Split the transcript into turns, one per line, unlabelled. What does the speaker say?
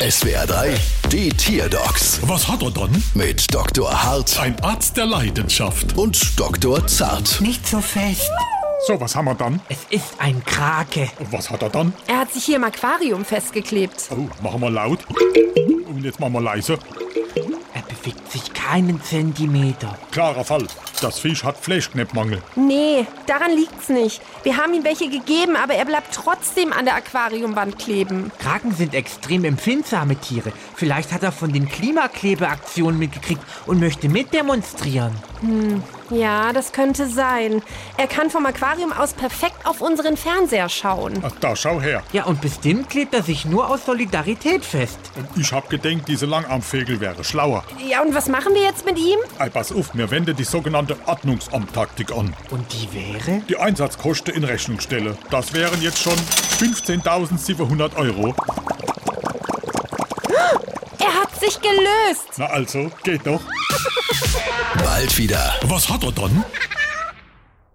SWR 3, die Tierdocs
Was hat er dann?
mit Dr. Hart
Ein Arzt der Leidenschaft.
und Dr. Zart.
Nicht so fest.
So, was haben wir dann?
Es ist ein Krake.
Und was hat er dann?
Er hat sich hier im Aquarium festgeklebt.
Oh, machen wir laut. Und jetzt machen wir leise.
Er bewegt sich keinen Zentimeter.
Klarer Fall. Das Fisch hat Fleischkneppmangel.
Nee, daran liegt's nicht. Wir haben ihm welche gegeben, aber er bleibt trotzdem an der Aquariumwand kleben.
Kraken sind extrem empfindsame Tiere. Vielleicht hat er von den Klimaklebeaktionen mitgekriegt und möchte mitdemonstrieren.
Ja, das könnte sein. Er kann vom Aquarium aus perfekt auf unseren Fernseher schauen.
Ach, da schau her.
Ja, und bestimmt klebt er sich nur aus Solidarität fest.
Ich hab gedenkt, diese Langarmvögel wäre schlauer.
Ja, und was machen wir jetzt mit ihm?
Ei, pass auf, mir wende die sogenannte Ordnungsamttaktik an.
Und die wäre?
Die Einsatzkosten in Rechnung stelle. Das wären jetzt schon 15.700 Euro.
Er hat sich gelöst.
Na also, geht doch.
Bald wieder.
Was hat er dann?